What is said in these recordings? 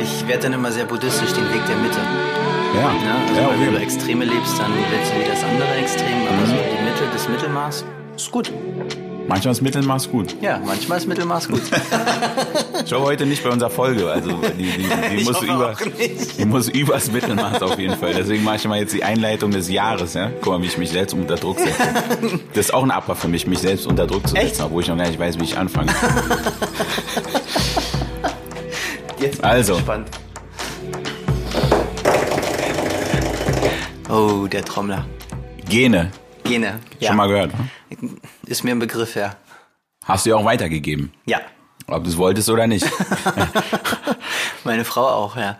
ich werde dann immer sehr buddhistisch, den Weg der Mitte. Ja, Ne? Also ja, auf wenn du jeden über Fall. Extreme lebst, dann willst du wieder das andere Extrem, aber so die Mitte, das Mittelmaß ist gut. Manchmal ist Mittelmaß gut. Ja, manchmal ist Mittelmaß gut. Ich hoffe heute nicht bei unserer Folge. Also die, die, die, Ich muss, hoffe über, auch nicht. die muss übers Mittelmaß auf jeden Fall. Deswegen mache ich immer jetzt die Einleitung des Jahres. Ja? Guck mal, wie ich mich selbst unter Druck setze. Das ist auch ein Abfall für mich, mich selbst unter Druck zu setzen, Echt? obwohl ich noch gar nicht weiß, wie ich anfange. Jetzt Also. Spannend. Oh, der Trommler. Gene, Gene. Ja. schon mal gehört. ne? Ist mir ein Begriff, ja. Hast du ja auch weitergegeben. Ja. Ob du es wolltest oder nicht. Meine Frau auch, ja.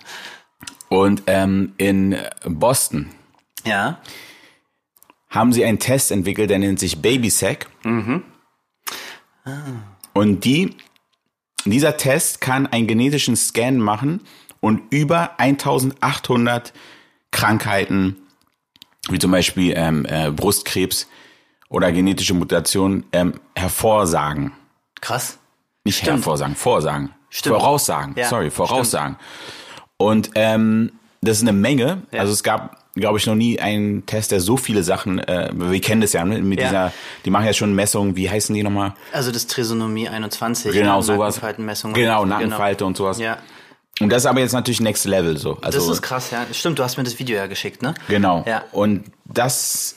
Und ähm, in Boston Ja. haben sie einen Test entwickelt, der nennt sich Babysack. Und die, dieser Test kann einen genetischen Scan machen und über 1800 Krankheiten, wie zum Beispiel ähm, äh, Brustkrebs oder genetische Mutationen, ähm, hervorsagen. Krass. Nicht Stimmt. hervorsagen, vorsagen. Stimmt. Voraussagen, Ja, sorry, voraussagen. Und ähm, das ist eine Menge. Also es gab, glaube ich, noch nie einen Test, der so viele Sachen, äh, wir kennen das ja, ne? mit Ja. dieser, die machen ja schon Messungen, wie heißen die nochmal? Also das Trisonomie 21. Genau, ja, sowas. Nackenfaltenmessung. Genau, Nackenfalte und sowas. Ja. Und das ist aber jetzt natürlich Next Level so. Also, Das ist krass, ja. Stimmt, du hast mir das Video ja geschickt, ne? Genau. Ja. Und das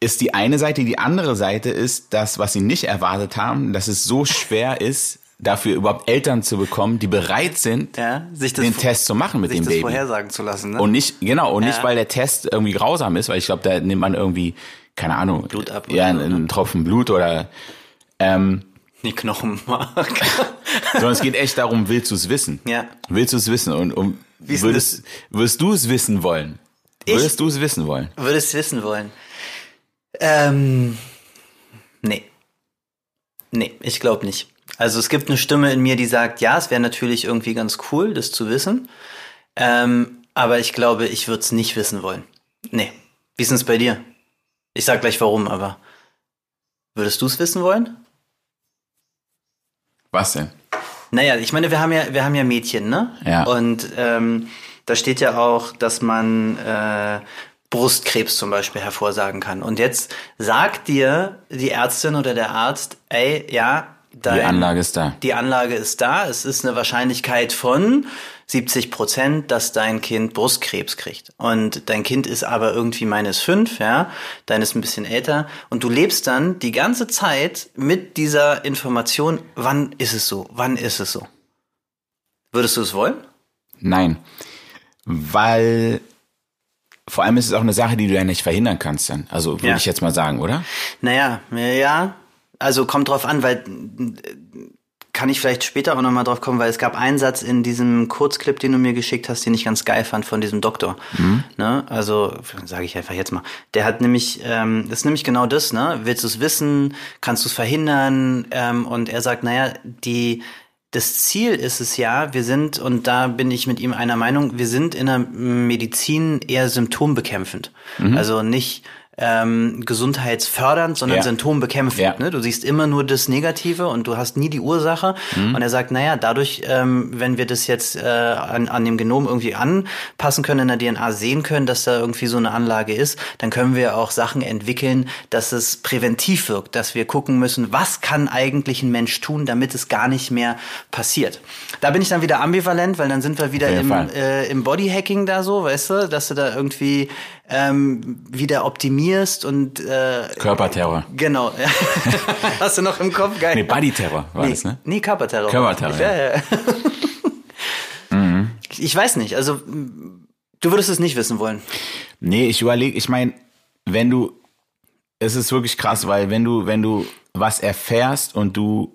ist die eine Seite. Die andere Seite ist das, was sie nicht erwartet haben, dass es so schwer ist, dafür überhaupt Eltern zu bekommen, die bereit sind, Ja, sich das, den vo- Test zu machen mit sich dem das Baby. vorhersagen zu lassen, ne? Und nicht, genau, und nicht, Ja. weil der Test irgendwie grausam ist, weil ich glaube, da nimmt man irgendwie, keine Ahnung, Blut ab ja, oder so, ne? einen, einen Tropfen Blut oder, ähm, Die Knochenmark. sondern es geht echt darum, willst du es wissen? Ja. Willst du es wissen? Und, und ist würdest, würdest du es wissen wollen? Würdest du es wissen wollen? Würdest du wissen wollen? Ähm, nee. Nee, ich glaube nicht. Also es gibt eine Stimme in mir, die sagt, ja, es wäre natürlich irgendwie ganz cool, das zu wissen. Ähm, aber ich glaube, ich würde es nicht wissen wollen. Nee. Wie ist denn es bei dir? Ich sag gleich warum, aber würdest du es wissen wollen? Was denn? Naja, ich meine, wir haben ja, wir haben ja Mädchen, ne? Ja. Und ähm, da steht ja auch, dass man äh, Brustkrebs zum Beispiel hervorsagen kann. Und jetzt sagt dir die Ärztin oder der Arzt, ey, ja, Die dein, Anlage ist da. die Anlage ist da. Es ist eine Wahrscheinlichkeit von 70 Prozent, dass dein Kind Brustkrebs kriegt. Und dein Kind ist aber irgendwie meines fünf, ja. Dein ist ein bisschen älter. Und du lebst dann die ganze Zeit mit dieser Information, wann ist es so? Wann ist es so? Würdest du es wollen? Nein. Weil, vor allem ist es auch eine Sache, die du ja nicht verhindern kannst dann. Also, würde Ja. ich jetzt mal sagen, oder? Naja, ja. Also kommt drauf an, weil äh, kann ich vielleicht später auch nochmal drauf kommen, weil es gab einen Satz in diesem Kurzclip, den du mir geschickt hast, den ich ganz geil fand von diesem Doktor. Ne? Also sage ich einfach jetzt mal. Der hat nämlich, ähm, das ist nämlich genau das, ne? Willst du es wissen? Kannst du es verhindern? Ähm, und er sagt, naja, die das Ziel ist es ja, wir sind, und da bin ich mit ihm einer Meinung, wir sind in der Medizin eher symptombekämpfend. Also nicht ähm, gesundheitsfördernd, sondern Ja. symptombekämpfend. Ja. Ne? Du siehst immer nur das Negative und du hast nie die Ursache. Mhm. Und er sagt, naja, dadurch, ähm, wenn wir das jetzt äh, an, an dem Genom irgendwie anpassen können, in der DNA sehen können, dass da irgendwie so eine Anlage ist, dann können wir auch Sachen entwickeln, dass es präventiv wirkt, dass wir gucken müssen, was kann eigentlich ein Mensch tun, damit es gar nicht mehr passiert. Da bin ich dann wieder ambivalent, weil dann sind wir wieder jeden im, Fall. äh, im Bodyhacking da so, weißt du, dass du da irgendwie ähm, wieder optimierst und äh, Körperterror. Genau. Hast du noch im Kopf? Geil. Nee, Bodyterror war das, ne? Nee, Körperterror. Körperterror, Ja, ja. Mhm. Ich weiß nicht. Also, m, du würdest es nicht wissen wollen. Nee, ich überlege, ich meine, wenn du, es ist wirklich krass, weil wenn du, wenn du was erfährst und du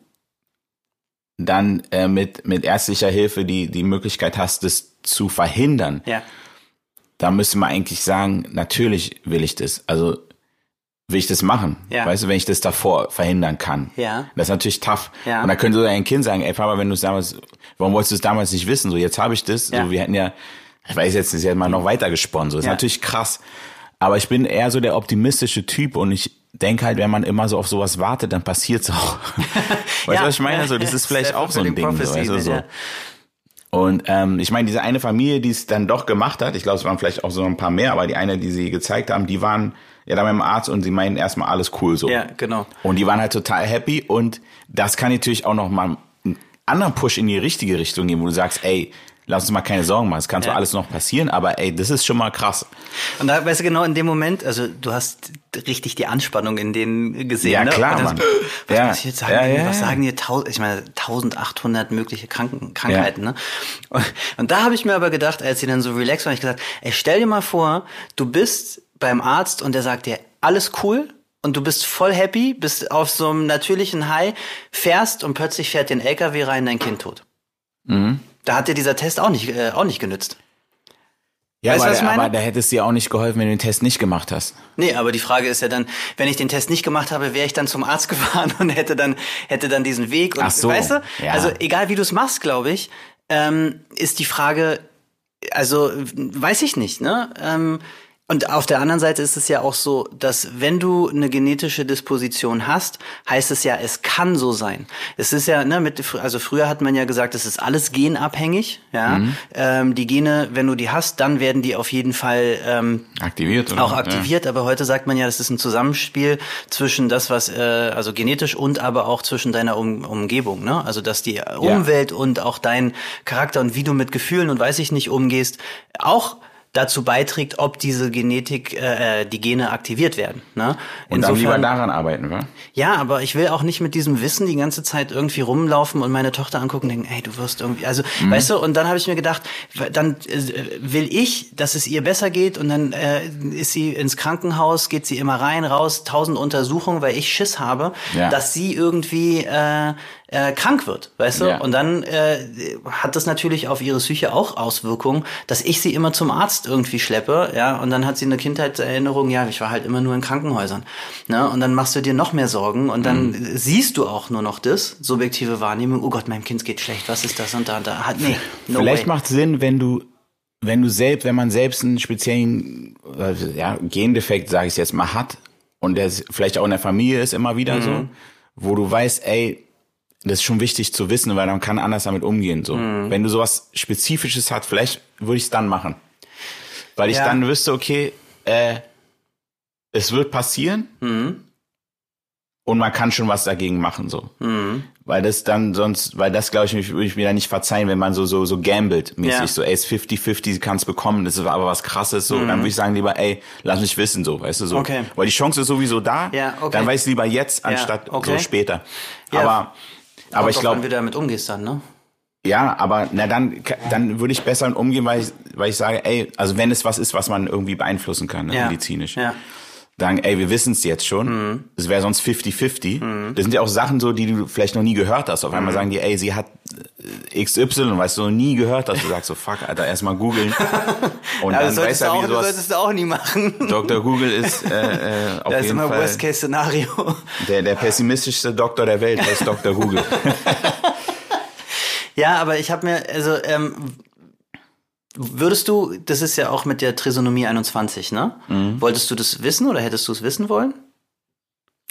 dann äh, mit, mit ärztlicher Hilfe die, die Möglichkeit hast, das zu verhindern, Ja. dann müsste man eigentlich sagen, natürlich will ich das. Also will ich das machen. Ja. Weißt du, wenn ich das davor verhindern kann. Ja. Das ist natürlich tough. Ja. Und da könnte so ein Kind sagen, ey Papa, wenn du es damals, warum wolltest du es damals nicht wissen? So, jetzt habe ich das. Ja. So, wir hätten ja, ich weiß jetzt nicht, ja mal noch weiter gesponnen. So, ist Ja. natürlich krass. Aber ich bin eher so der optimistische Typ und ich denke halt, wenn man immer so auf sowas wartet, dann passiert's auch. weißt du, Ja. was ich meine? So, das ist vielleicht auch so ein Ding. So, weißt du, so. Ja. Und ähm, ich meine, diese eine Familie, die es dann doch gemacht hat, ich glaube, es waren vielleicht auch so ein paar mehr, aber die eine, die sie gezeigt haben, die waren ja da beim Arzt und sie meinen erstmal alles cool so. Ja, genau. Und die waren halt total happy und das kann natürlich auch nochmal einen anderen Push in die richtige Richtung geben, wo du sagst, ey, lass uns mal keine Sorgen machen, es kann zwar Ja. alles noch passieren, aber ey, das ist schon mal krass. Und da weißt du genau in dem Moment, also du hast richtig die Anspannung in denen gesehen. Ja, ne? klar, Und das, Mann. Was Ja. passiert? Sagen Ja, die, ja, was ja. sagen die? Taus- Ich meine, 1800 mögliche Kranken, Krankheiten. Ne? Und, und da habe ich mir aber gedacht, als sie dann so relaxed waren, hab ich gesagt, ey, stell dir mal vor, du bist beim Arzt und der sagt dir, alles cool. Und du bist voll happy, bist auf so einem natürlichen High, fährst und plötzlich fährt den LKW rein, dein Kind tot. Mhm. Da hat dir dieser Test auch nicht, äh, auch nicht genützt. Ja, Weißt du, aber, was ich meine? aber da hättest du dir auch nicht geholfen, wenn du den Test nicht gemacht hast. Nee, aber die Frage ist ja dann, wenn ich den Test nicht gemacht habe, wäre ich dann zum Arzt gefahren und hätte dann, hätte dann diesen Weg. Und, Ach so, Weißt du? ja. Also egal wie du es machst, glaube ich, ähm, ist die Frage, also w- weiß ich nicht, ne? Ähm, und auf der anderen Seite ist es ja auch so, dass wenn du eine genetische Disposition hast, heißt es ja, es kann so sein. Es ist ja, ne, mit, fr- also früher hat man ja gesagt, es ist alles genabhängig, ja. Mhm. Ähm, die Gene, wenn du die hast, dann werden die auf jeden Fall ähm, Aktiviert, oder? auch aktiviert, aber heute sagt man ja, das ist ein Zusammenspiel zwischen das, was äh, also genetisch und aber auch zwischen deiner um Umgebung, ne? Also dass die Umwelt und auch dein Charakter und wie du mit Gefühlen und weiß ich nicht umgehst, auch dazu beiträgt, ob diese Genetik, äh, äh, die Gene aktiviert werden. Ne? Ja. Und dann lieber daran arbeiten, wa? Ja, aber ich will auch nicht mit diesem Wissen die ganze Zeit irgendwie rumlaufen und meine Tochter angucken und denken, ey, du wirst irgendwie, also, weißt du, und dann habe ich mir gedacht, w- dann äh, will ich, dass es ihr besser geht und dann äh, ist sie ins Krankenhaus, geht sie immer rein, raus, tausend Untersuchungen, weil ich Schiss habe, Ja. dass sie irgendwie äh, äh, krank wird, weißt du? Ja. Und dann äh, hat das natürlich auf ihre Psyche auch Auswirkungen, dass ich sie immer zum Arzt irgendwie schleppe, ja, und dann hat sie eine Kindheitserinnerung, ja, ich war halt immer nur in Krankenhäusern, ne? Und dann machst du dir noch mehr Sorgen und dann Mhm. siehst du auch nur noch das, subjektive Wahrnehmung, oh Gott, meinem Kind geht schlecht, was ist das und da und da, hat, nee, no Vielleicht way. macht Sinn, wenn du, wenn du selbst, wenn man selbst einen speziellen äh, ja, Gendefekt, sage ich jetzt mal, hat und der s- vielleicht auch in der Familie ist immer wieder Mhm. so, wo du weißt, ey, das ist schon wichtig zu wissen, weil man kann anders damit umgehen. So, Mhm. wenn du sowas Spezifisches hat, vielleicht würde ich es dann machen, weil ich Ja. dann wüsste, okay, äh, es wird passieren und man kann schon was dagegen machen. So, Mhm. weil das dann sonst, weil das glaube ich, würde ich mir da nicht verzeihen, wenn man so so so gambelt mäßig Ja. so, ey, es ist 50-50, sie kann es bekommen, das ist aber was krasses so, dann würde ich sagen lieber, ey, lass mich wissen so, weißt du so. Mhm. Okay. Weil die Chance ist sowieso da, Ja, okay. dann weiß ich lieber jetzt anstatt okay. so später. Ja. Aber aber ich wie glaube, du damit umgehst dann, ne? ja, aber na dann ka- dann würde ich besser mit umgehen, weil ich weil ich sage, ey, also wenn es was ist, was man irgendwie beeinflussen kann, ne, Ja. medizinisch Ja. sagen, ey, wir wissen es jetzt schon. Es wäre sonst 50-50. Das sind ja auch Sachen so, die du vielleicht noch nie gehört hast. Auf einmal sagen die, ey, sie hat äh, XY, weißt du, noch nie gehört hast. Du sagst so, fuck, Alter, erstmal googeln. Und Aber dann das solltest, weißt du, du ja, auch, wie sowas, solltest du auch nie machen. Dr. Google ist äh, äh, auf Das ist jeden immer Fall Worst-Case-Szenario. der, der pessimistischste Doktor der Welt, heißt Dr. Google. Ja, aber ich habe mir, also ähm, würdest du, das ist ja auch mit der Trisonomie 21, ne? Wolltest du das wissen oder hättest du es wissen wollen?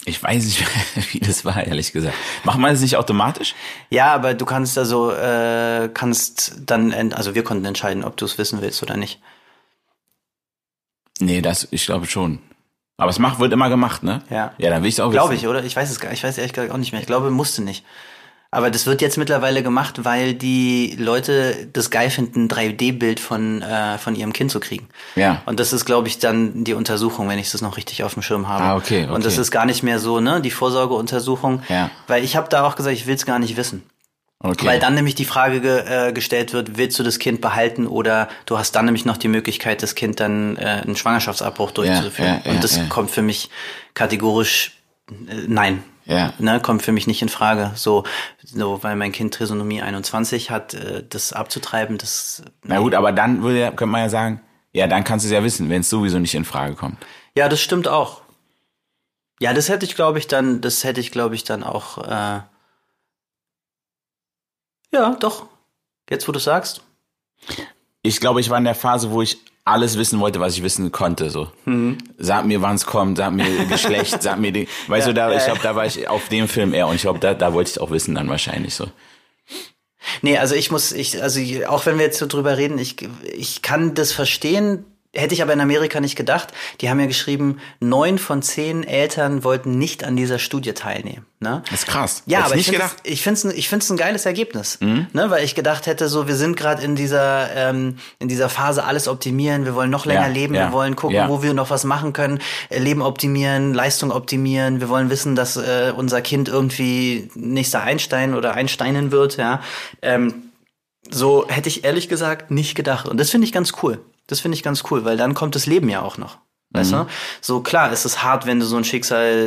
Ich weiß nicht, wie das war, ehrlich gesagt. Macht man das nicht automatisch? Ja, aber du kannst also, äh, kannst dann, ent- also wir konnten entscheiden, ob du es wissen willst oder nicht. Nee, das, ich glaube schon. Aber es macht, wird immer gemacht, ne? Ja. Ja, dann will ich auch Glaube wissen. ich, oder? Ich weiß es gar ich weiß ehrlich gesagt auch nicht mehr. Ich glaube, musste nicht. Aber das wird jetzt mittlerweile gemacht, weil die Leute das geil finden, ein 3D-Bild von, äh, von ihrem Kind zu kriegen. Ja. Und das ist, glaube ich, dann die Untersuchung, wenn ich das noch richtig auf dem Schirm habe. Ah, okay, okay. Und das ist gar nicht mehr so, ne? Die Vorsorgeuntersuchung. Ja. Weil ich habe da auch gesagt, ich will's gar nicht wissen. Okay. Weil dann nämlich die Frage ge, äh, gestellt wird, willst du das Kind behalten oder du hast dann nämlich noch die Möglichkeit, das Kind dann äh, einen Schwangerschaftsabbruch durchzuführen. ja, ja, Und das ja. kommt für mich kategorisch äh, nein. Ja. Ne, kommt für mich nicht in Frage. So, so weil mein Kind Trisonomie 21 hat, äh, das abzutreiben, das Na gut, aber dann würde, ja- könnte man ja sagen, ja, dann kannst du es ja wissen, wenn es sowieso nicht in Frage kommt. Ja, das stimmt auch. Ja, das hätte ich, glaube ich, dann, das hätte ich, glaube ich, dann auch. Äh ja, doch. Jetzt, wo du sagst. Ich glaube, ich war in der Phase, wo ich alles wissen wollte, was ich wissen konnte. So, Mhm. sag mir, wann es kommt, sag mir Geschlecht, sag mir, die, weißt du, da, ich glaube, da war ich auf dem Film eher und ich glaube, da, da wollte ich es auch wissen dann wahrscheinlich so. Nee, also ich muss, ich, also auch wenn wir jetzt so drüber reden, ich, ich kann das verstehen, hätte ich aber in Amerika nicht gedacht. Die haben ja geschrieben, neun von zehn Eltern wollten nicht an dieser Studie teilnehmen. Ne? Das ist krass. Ja, Hätte aber ich ich nicht finde gedacht. Mhm. ich find's, ein- ich find's ein geiles Ergebnis, ne? weil ich gedacht hätte, so wir sind gerade in dieser ähm, in dieser Phase alles optimieren, wir wollen noch länger Ja, leben, ja, wir wollen gucken, ja. wo wir noch was machen können, äh, Leben optimieren, Leistung optimieren, wir wollen wissen, dass äh, unser Kind irgendwie nächster Einstein oder Einsteinen wird, ja. Ähm, so hätte ich ehrlich gesagt nicht gedacht. Und das finde ich ganz cool. Das finde ich ganz cool, weil dann kommt das Leben ja auch noch. Mhm. Weißt du? So klar, es ist hart, wenn du so einen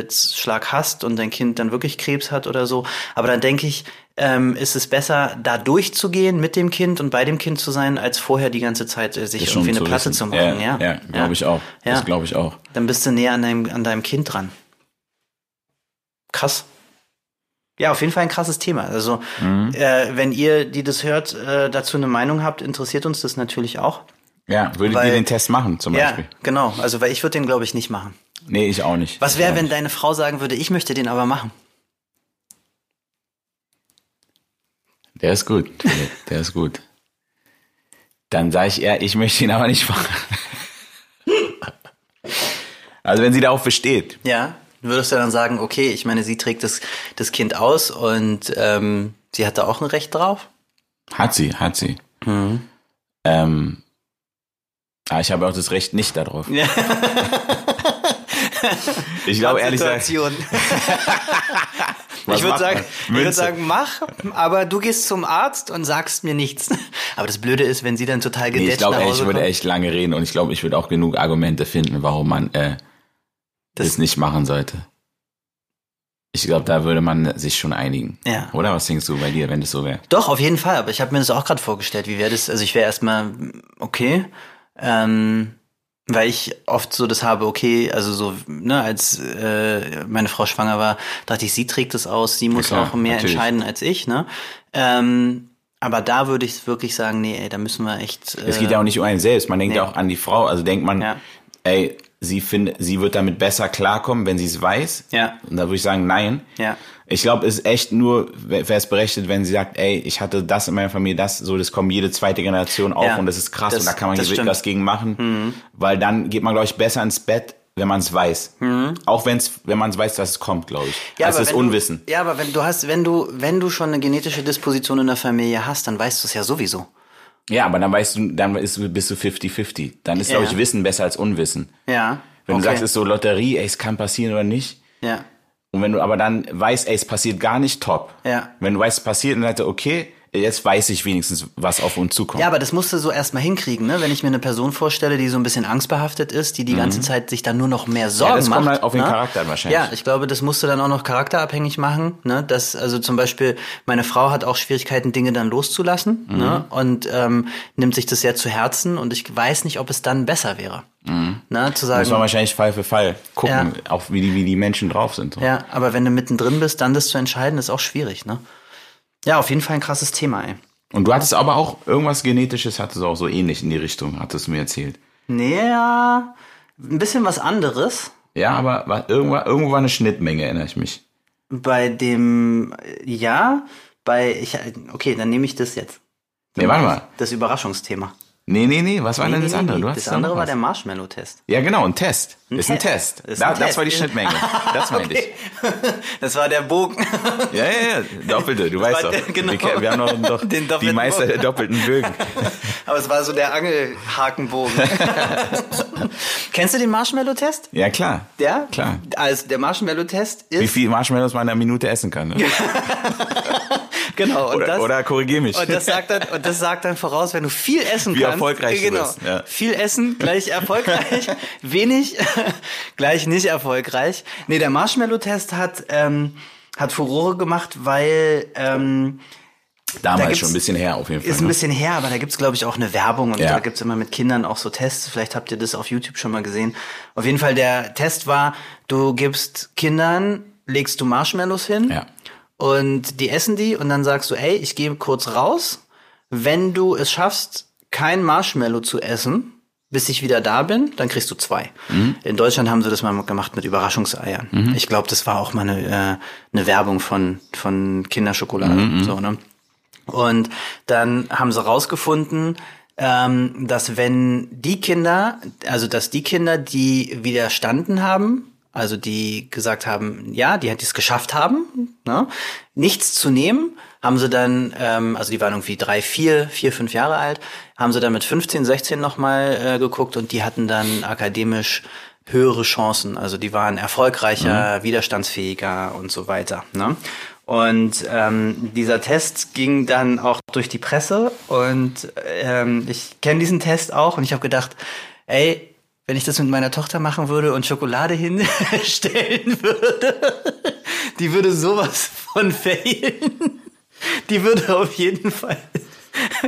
Schicksalsschlag hast und dein Kind dann wirklich Krebs hat oder so. Aber dann denke ich, ähm, ist es besser, da durchzugehen mit dem Kind und bei dem Kind zu sein, als vorher die ganze Zeit äh, sich Ist irgendwie eine zu Platte wissen. zu machen. Ja, ja, glaube ich auch. Ja. Das glaube ich auch. Dann bist du näher an deinem, an deinem Kind dran. Krass. Ja, auf jeden Fall ein krasses Thema. Also, Mhm. äh, wenn ihr, die das hört, äh, dazu eine Meinung habt, interessiert uns das natürlich auch. Ja, würdet Weil- ihr den Test machen zum Ja, Beispiel? genau. Also, weil ich würde den, glaube ich, nicht machen. Nee, ich auch nicht. Was Ich wäre, auch wenn nicht. deine Frau sagen würde, ich möchte den aber machen? Der ist gut. Philipp, Der ist gut. Dann sage ich eher, ich möchte ihn aber nicht machen. Also wenn sie darauf besteht. Ja. Würdest du dann sagen, okay, ich meine, sie trägt das, das Kind aus und ähm, sie hat da auch ein Recht drauf? Hat sie, hat sie. Mhm. Ähm, aber ich habe auch das Recht nicht darauf. Ja. Ich glaube ehrlich gesagt, was Ich würde macht man? sagen, ich würd Münze. sagen, mach, aber du gehst zum Arzt und sagst mir nichts. Aber das Blöde ist, wenn sie dann total Nee, gedätzt ich glaube, nach ey, Hause ich würde kommt. echt lange reden und ich glaube, ich würde auch genug Argumente finden, warum man äh, das, nicht machen sollte. Ich glaube, da würde man sich schon einigen. Ja. Oder was denkst du bei dir, wenn das so wäre? Doch, auf jeden Fall. Aber ich habe mir das auch gerade vorgestellt. Wie wäre das? Also ich wäre erstmal okay, ähm, weil ich oft so das habe, okay, also so, ne, als äh, meine Frau schwanger war, dachte ich, sie trägt das aus, sie muss klar, auch mehr natürlich. entscheiden als ich, ne? Ähm, aber da würde ich wirklich sagen, nee, ey, da müssen wir echt. Es geht ja auch nicht um einen selbst. Man denkt ja nee. auch an die Frau. Also denkt man, Ja. ey, sie, find, sie wird damit besser klarkommen, wenn sie es weiß. Ja. Und da würde ich sagen, nein. Ja. Ich glaube, es ist echt nur, wäre es berechtigt, wenn sie sagt, ey, ich hatte das in meiner Familie, das, so, das kommt jede zweite Generation auf Ja, und das ist krass das- und da kann man das ge- stimmt. Mhm. was gegen machen. Weil dann geht man, glaube ich, besser ins Bett, wenn man es weiß. Auch wenn's, wenn man es weiß, dass es kommt, glaube ich. Ja, das aber ist wenn Unwissen. Du, Mhm. ja, aber wenn du hast, wenn du, wenn du schon eine genetische Disposition in der Familie hast, dann weißt du es ja sowieso. Ja, aber dann weißt du, dann ist, bist du 50-50. Dann ist, glaube Ja. ich, Wissen besser als Unwissen. Ja. Wenn okay. du sagst, es ist so Lotterie, ey, es kann passieren oder nicht. ja. Und wenn du aber dann weißt, ey, es passiert gar nicht top. Ja. Wenn du weißt, es passiert, dann sagst du, okay, jetzt weiß ich wenigstens, was auf uns zukommt. Ja, aber das musst du so erstmal hinkriegen, ne? Wenn ich mir eine Person vorstelle, die so ein bisschen angstbehaftet ist, die die ganze Zeit sich dann nur noch mehr Sorgen Mhm. das macht. kommt halt auf den ne? Charakter an wahrscheinlich. Ja, ich glaube, das musst du dann auch noch charakterabhängig machen, ne? Dass, also zum Beispiel, meine Frau hat auch Schwierigkeiten, Dinge dann loszulassen, Mhm. ne? Und ähm, nimmt sich das sehr zu Herzen und ich weiß nicht, ob es dann besser wäre. Mhm. Ne? Zu sagen, Muss man wahrscheinlich Fall für Fall gucken, auch wie die, wie die Menschen drauf sind. So. Ja, aber wenn du mittendrin bist, dann das zu entscheiden, ist auch schwierig, ne? Ja, auf jeden Fall ein krasses Thema, ey. Und du hattest aber auch irgendwas Genetisches, hattest du auch so ähnlich in die Richtung, hattest du mir erzählt. Naja, ein bisschen was anderes. Ja, aber war, irgendwo, irgendwo war eine Schnittmenge, erinnere ich mich. Bei dem, äh, ja, bei, ich, okay, dann nehme ich das jetzt. Nee, warte mal. Das Überraschungsthema. Nee, nee, nee, was war denn Nee, das nee, andere? nee, Du hattest das da noch andere war was. der Marshmallow-Test. Ja, genau, ein Test. ist ein Test. Test. Ist da, ein Das Test. war die Schnittmenge. Das meinte Das war der Bogen. ich. Ja, ja, ja. Doppelte, du weißt war doch. der- genau. wir, ke- wir haben noch, doch Den die doppelten Meister der Bogen. doppelten Bögen. Aber es war so der Angelhakenbogen. Kennst du den Marshmallow-Test? Ja, klar. Der? Klar. Also der Marshmallow-Test Wie ist, viel Marshmallows man in einer Minute essen kann. Ne? genau, und Oder, das, oder korrigier mich. Und das sagt dann, und das sagt dann voraus, wenn du viel essen Wie kannst. erfolgreich du genau, bist, ja. Viel essen, gleich erfolgreich. wenig, gleich nicht erfolgreich. Nee, der Marshmallow-Test hat, ähm, hat Furore gemacht, weil ähm, da Damals gibt's- schon ein bisschen her auf jeden Fall. ist ein ne? bisschen her, aber da gibt's glaube ich, auch eine Werbung und Ja. da gibt's immer mit Kindern auch so Tests. Vielleicht habt ihr das auf YouTube schon mal gesehen. Auf jeden Fall, der Test war, du gibst Kindern, legst du Marshmallows hin Ja. und die essen die und dann sagst du, ey, ich gehe kurz raus. Wenn du es schaffst, kein Marshmallow zu essen, bis ich wieder da bin, dann kriegst du zwei. Mhm. In Deutschland haben sie das mal gemacht mit Überraschungseiern. Ich Mhm, glaube, das war auch mal eine, äh, eine Werbung von, von Kinderschokolade. So, ne? Und dann haben sie rausgefunden, ähm, dass wenn die Kinder, also dass die Kinder, die widerstanden haben, also die gesagt haben, ja, die hat es geschafft haben, ne, nichts zu nehmen, haben sie dann, ähm, also die waren irgendwie drei, vier, vier, fünf Jahre alt, haben sie dann mit 15, 16 nochmal äh, geguckt und die hatten dann akademisch höhere Chancen. Also die waren erfolgreicher, widerstandsfähiger und so weiter. Ne? Und ähm, dieser Test ging dann auch durch die Presse und ähm, ich kenne diesen Test auch und ich habe gedacht, ey, wenn ich das mit meiner Tochter machen würde und Schokolade hinstellen würde, die würde sowas von failen. Die würde auf jeden Fall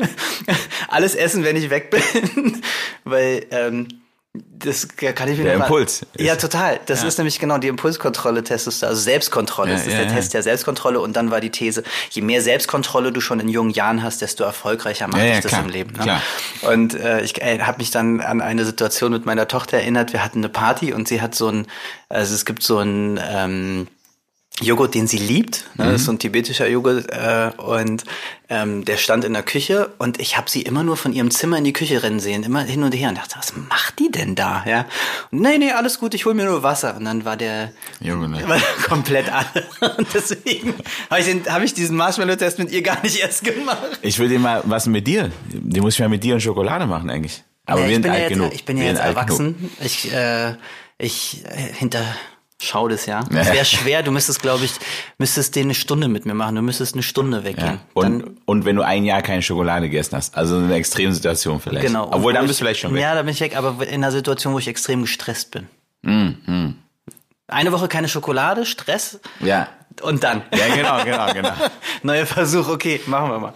alles essen, wenn ich weg bin, weil ähm, das kann ich mir Der nicht mal- Impuls ist- Ja, total. Das ist nämlich genau die Impulskontrolle testest du, also Selbstkontrolle. Ja, das ist ja, der ja. Test der Selbstkontrolle und dann war die These, je mehr Selbstkontrolle du schon in jungen Jahren hast, desto erfolgreicher macht Ja, ja, dich das klar, im Leben. Ne? klar. Und äh, ich äh, habe mich dann an eine Situation mit meiner Tochter erinnert. Wir hatten eine Party und sie hat so ein, also es gibt so ein ähm, Joghurt, den sie liebt. Ne? Das ist Mhm. so ein tibetischer Joghurt. Äh, und ähm, der stand in der Küche und ich habe sie immer nur von ihrem Zimmer in die Küche rennen sehen, immer hin und her und dachte, was macht die denn da? Ja. Und, nee, nee, alles gut, ich hol mir nur Wasser. Und dann war der Junge, ne? war komplett alle. Und deswegen habe ich, den- hab ich diesen Marshmallow-Test mit ihr gar nicht erst gemacht. Ich will dir mal was mit dir. Den muss ich mal mit dir und Schokolade machen eigentlich. Aber Ja, wir ich sind bin ja alt jetzt, genug. Ich bin ja Wir jetzt sind alt genug. erwachsen. Ich, äh, ich äh, hinterschau das, ja. Es wäre schwer, du müsstest, glaube ich, müsstest den eine Stunde mit mir machen. Du müsstest eine Stunde weggehen. Ja. Und, und wenn du ein Jahr keine Schokolade gegessen hast. Also eine Extremsituation vielleicht. Genau. Obwohl, dann Wo bist ich- du vielleicht schon weg. Ja, dann bin ich weg, aber in einer Situation, wo ich extrem gestresst bin. Mhm, Eine Woche keine Schokolade, Stress Ja. und dann. Ja, genau, genau, genau. Neuer Versuch, okay, machen wir mal.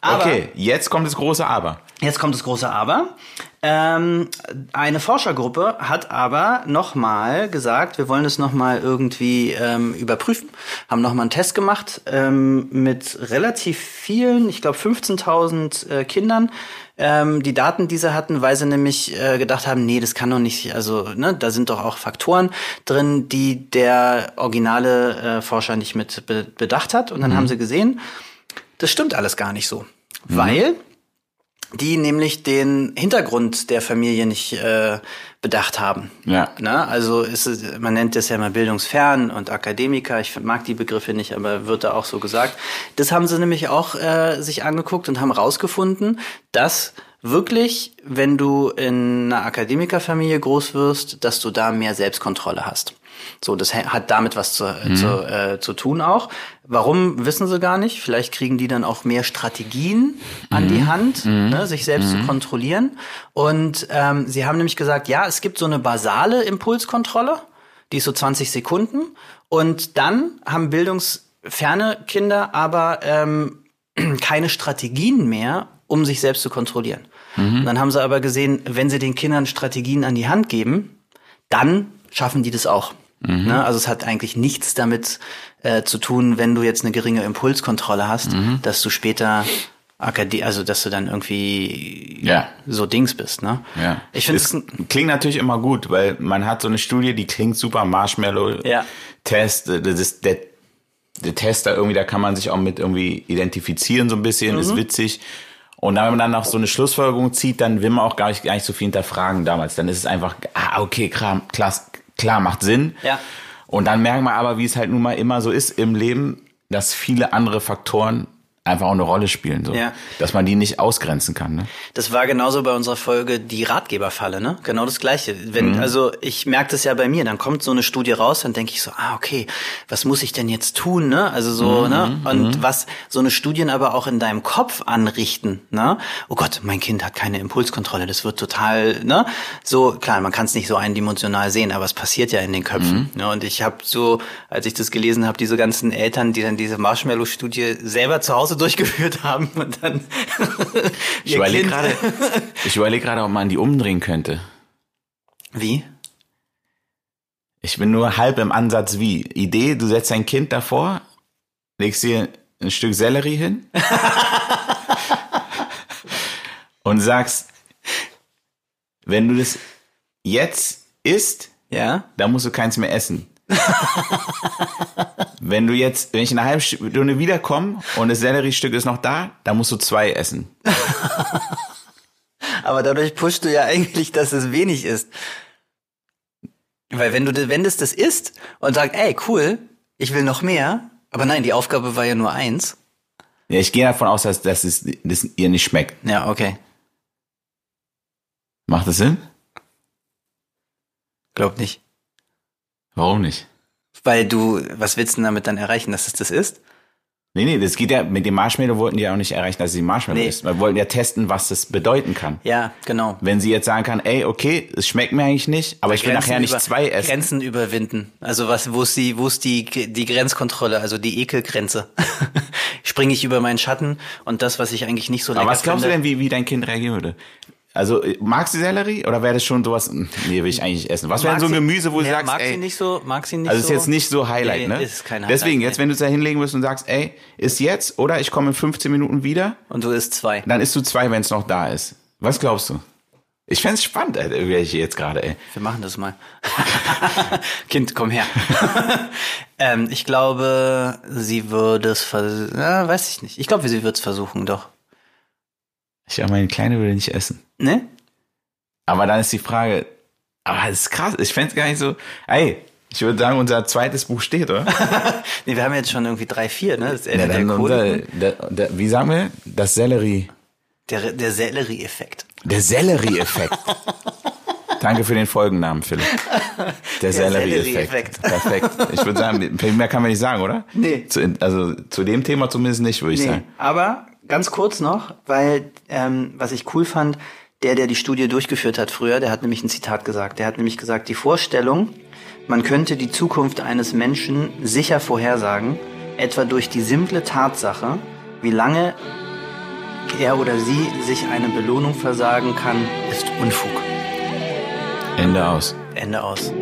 Aber Okay, jetzt kommt das große Aber. Jetzt kommt das große Aber. Ähm, eine Forschergruppe hat aber nochmal gesagt, wir wollen es nochmal irgendwie ähm, überprüfen, haben nochmal einen Test gemacht ähm, mit relativ vielen, ich glaube 15.000 äh, Kindern. Ähm, die Daten, die sie hatten, weil sie nämlich äh, gedacht haben, nee, das kann doch nicht, also ne, da sind doch auch Faktoren drin, die der originale äh, Forscher nicht mit be bedacht hat. Und dann haben sie gesehen, das stimmt alles gar nicht so. Weil die nämlich den Hintergrund der Familie nicht äh, bedacht haben. Ja. Ne? Also ist es, man nennt das ja mal bildungsfern und Akademiker. Ich mag die Begriffe nicht, aber wird da auch so gesagt. Das haben sie nämlich auch äh, sich angeguckt und haben rausgefunden, dass wirklich, wenn du in einer Akademikerfamilie groß wirst, dass du da mehr Selbstkontrolle hast. So, das hä- hat damit was zu, zu, äh, zu tun auch. Warum wissen sie gar nicht? Vielleicht kriegen die dann auch mehr Strategien an die Hand, ne, sich selbst zu kontrollieren. Und ähm, sie haben nämlich gesagt, ja, es gibt so eine basale Impulskontrolle, die ist so 20 Sekunden. Und dann haben bildungsferne Kinder aber ähm, keine Strategien mehr, um sich selbst zu kontrollieren. Mhm. Und dann haben sie aber gesehen, wenn sie den Kindern Strategien an die Hand geben, dann schaffen die das auch. Mhm. Ne? Also es hat eigentlich nichts damit äh, zu tun, wenn du jetzt eine geringe Impulskontrolle hast, Mhm. dass du später Akade also dass du dann irgendwie Ja. so Dings bist. Ne? Ja. Ich finde es es ein- klingt natürlich immer gut, weil man hat so eine Studie, die klingt super Marshmallow Ja. Test, äh, das ist der der Test da irgendwie, da kann man sich auch mit irgendwie identifizieren so ein bisschen, Mhm. ist witzig. Und dann, wenn man dann noch so eine Schlussfolgerung zieht, dann will man auch gar nicht, gar nicht so viel hinterfragen damals. Dann ist es einfach, ah, okay, klar, klar, klar macht Sinn. Ja. Und dann merkt man aber, wie es halt nun mal immer so ist im Leben, dass viele andere Faktoren einfach auch eine Rolle spielen. So. Ja. Dass man die nicht ausgrenzen kann. Ne? Das war genauso bei unserer Folge die Ratgeberfalle, ne? Genau das Gleiche. Wenn, Also ich merke das ja bei mir, dann kommt so eine Studie raus, dann denke ich so, ah, okay, was muss ich denn jetzt tun, ne? Also so, ne? Und was so eine Studien aber auch in deinem Kopf anrichten, ne? Oh Gott, mein Kind hat keine Impulskontrolle, das wird total, ne? So, klar, man kann es nicht so eindimensional sehen, aber es passiert ja in den Köpfen. Ne? Und ich habe so, als ich das gelesen habe, diese ganzen Eltern, die dann diese Marshmallow-Studie selber zu Hause durchgeführt haben und dann Ich überlege gerade, ich überlege gerade, ob man die umdrehen könnte. Wie? Ich bin nur halb im Ansatz wie. Idee, du setzt dein Kind davor, legst dir ein Stück Sellerie hin und sagst, wenn du das jetzt isst, Ja? dann musst du keins mehr essen. wenn du jetzt, wenn ich in einer halben Stunde wiederkomme und das Selleriestück ist noch da, dann musst du zwei essen. Aber dadurch pushst du ja eigentlich, dass es wenig ist. Weil wenn du, wenn das das ist und sagst, ey, cool, ich will noch mehr, aber nein, die Aufgabe war ja nur eins. Ja, ich gehe davon aus, dass, dass es dass es ihr nicht schmeckt. Ja, okay. Macht das Sinn? Glaub nicht. Warum nicht? Weil du, was willst du denn damit dann erreichen, dass es das ist? Nee, nee, das geht ja, mit dem Marshmallow wollten die ja auch nicht erreichen, dass sie Marshmallow Nee. ist. Wir wollten ja testen, was das bedeuten kann. Ja, genau. Wenn sie jetzt sagen kann, ey, okay, es schmeckt mir eigentlich nicht, aber ich will nachher nicht über- zwei essen. Grenzen überwinden. Also was, wo ist die, wo ist die, die Grenzkontrolle, also die Ekelgrenze? Springe ich über meinen Schatten und das, was ich eigentlich nicht so lecker aber was glaubst du finde, denn, wie, wie dein Kind reagieren würde? Also, äh, magst du Sellerie oder wäre das schon sowas, "Mm, nee, will ich eigentlich nicht essen? Was wäre denn Mag so ein sie- Gemüse, wo du ja, sagst, mag ey, sie nicht so, mag sie nicht also so. ist jetzt nicht so Highlight, Nee, ne? ist kein Highlight, Deswegen, jetzt, nee. wenn du es da hinlegen wirst und sagst, ey, ist jetzt oder ich komme in 15 Minuten wieder, Und du isst zwei. dann isst du zwei, wenn es noch da ist. Was glaubst du? Ich fänd's spannend, Alter, wäre ich jetzt gerade, ey. Wir machen das mal. kind, komm her. ähm, ich glaube, sie würde es versuchen. Ja, weiß ich nicht. Ich glaube, sie würde es versuchen, doch. Ich ja, meine Kleine würde nicht essen. Ne? Aber dann ist die Frage, aber das ist krass, ich fänd's gar nicht so, ey, ich würde sagen, unser zweites Buch steht, oder? Nee, wir haben jetzt schon irgendwie drei, vier, ne? Das Ja, Ende der, dann unser, Chroniken. der, der, wie sagen wir? Das Sellerie. der, der Sellerie-Effekt. Der Sellerie-Effekt. Danke für den Folgennamen, Philipp. Der, Sellerie-Effekt. Sellerie-Effekt. Perfekt. Ich würde sagen, mehr kann man nicht sagen, oder? Nee. Zu, also zu dem Thema zumindest nicht, würde ich Nee, sagen. aber ganz kurz noch, weil ähm, was ich cool fand, der, der die Studie durchgeführt hat früher, der hat nämlich ein Zitat gesagt. Der hat nämlich gesagt, die Vorstellung, man könnte die Zukunft eines Menschen sicher vorhersagen, etwa durch die simple Tatsache, wie lange er oder sie sich eine Belohnung versagen kann, ist Unfug. Ende aus. Ende aus.